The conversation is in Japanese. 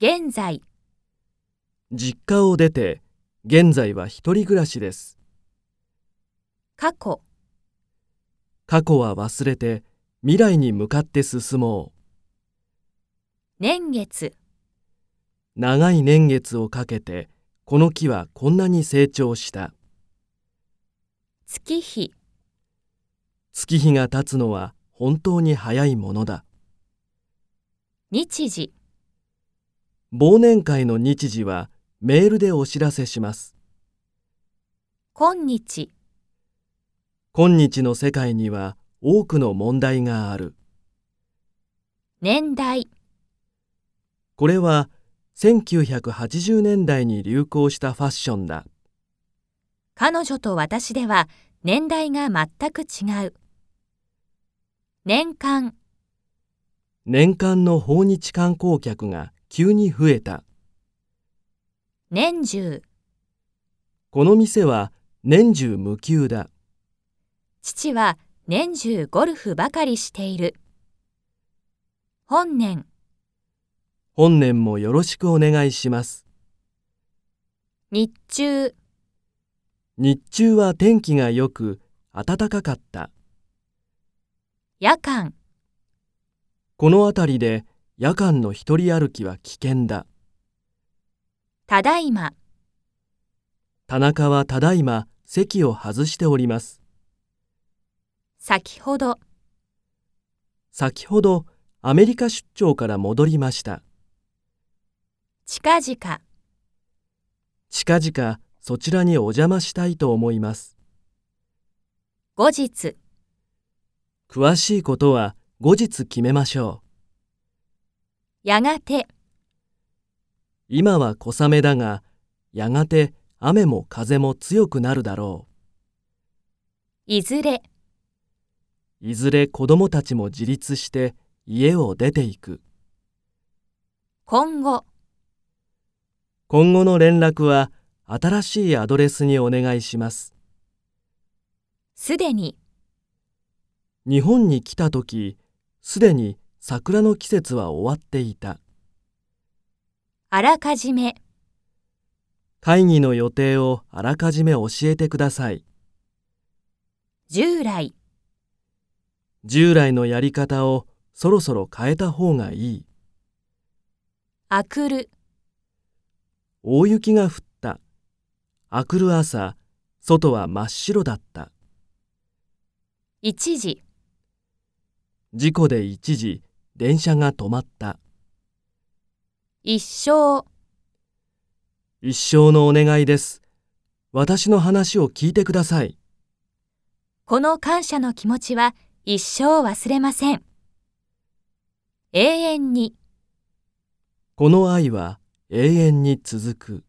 現在、実家を出て現在は一人暮らしです過去、過去は忘れて未来に向かって進も年月、う長い年月をかけてこの木はこんなに成長した月日、月日が経つのは本当に早いものだ日時、忘年会の日時はメールでお知らせします今日、今日の世界には多くの問題がある年代、これは1980年代に流行したファッションだ彼女と私では年代が全く違う。年間、年間の訪日観光客が急に増えた年中、この店は年中無休だ父は年中ゴルフばかりしている。本年、本年もよろしくお願いします日中、日中は天気が良く暖かかった夜間、この辺りで夜間の一人歩きは危険だただいま、田中はただいま席を外しております先ほど、先ほどアメリカ出張から戻りました近々、近々そちらにお邪魔したいと思います後日、詳しいことは後日決めましょうやがて、今は小雨だがやがて雨も風も強くなるだろいずれ、ういずれ子供たちも自立して家を出ていく今後、今後の連絡は新しいアドレスにお願いしますすでに、日本に来た時すでに桜の季節は終わっていたあらかじめ、会議の予定をあらかじめ教えてください従来、従来のやり方をそろそろ変えた方がいいあくる、大雪が降った明くる朝外は真っ白だった一時、事故で一時電車が止まった一生、一生のお願いです私の話を聞いてくださいこの感謝の気持ちは一生忘れません。永遠に。この愛は永遠に続く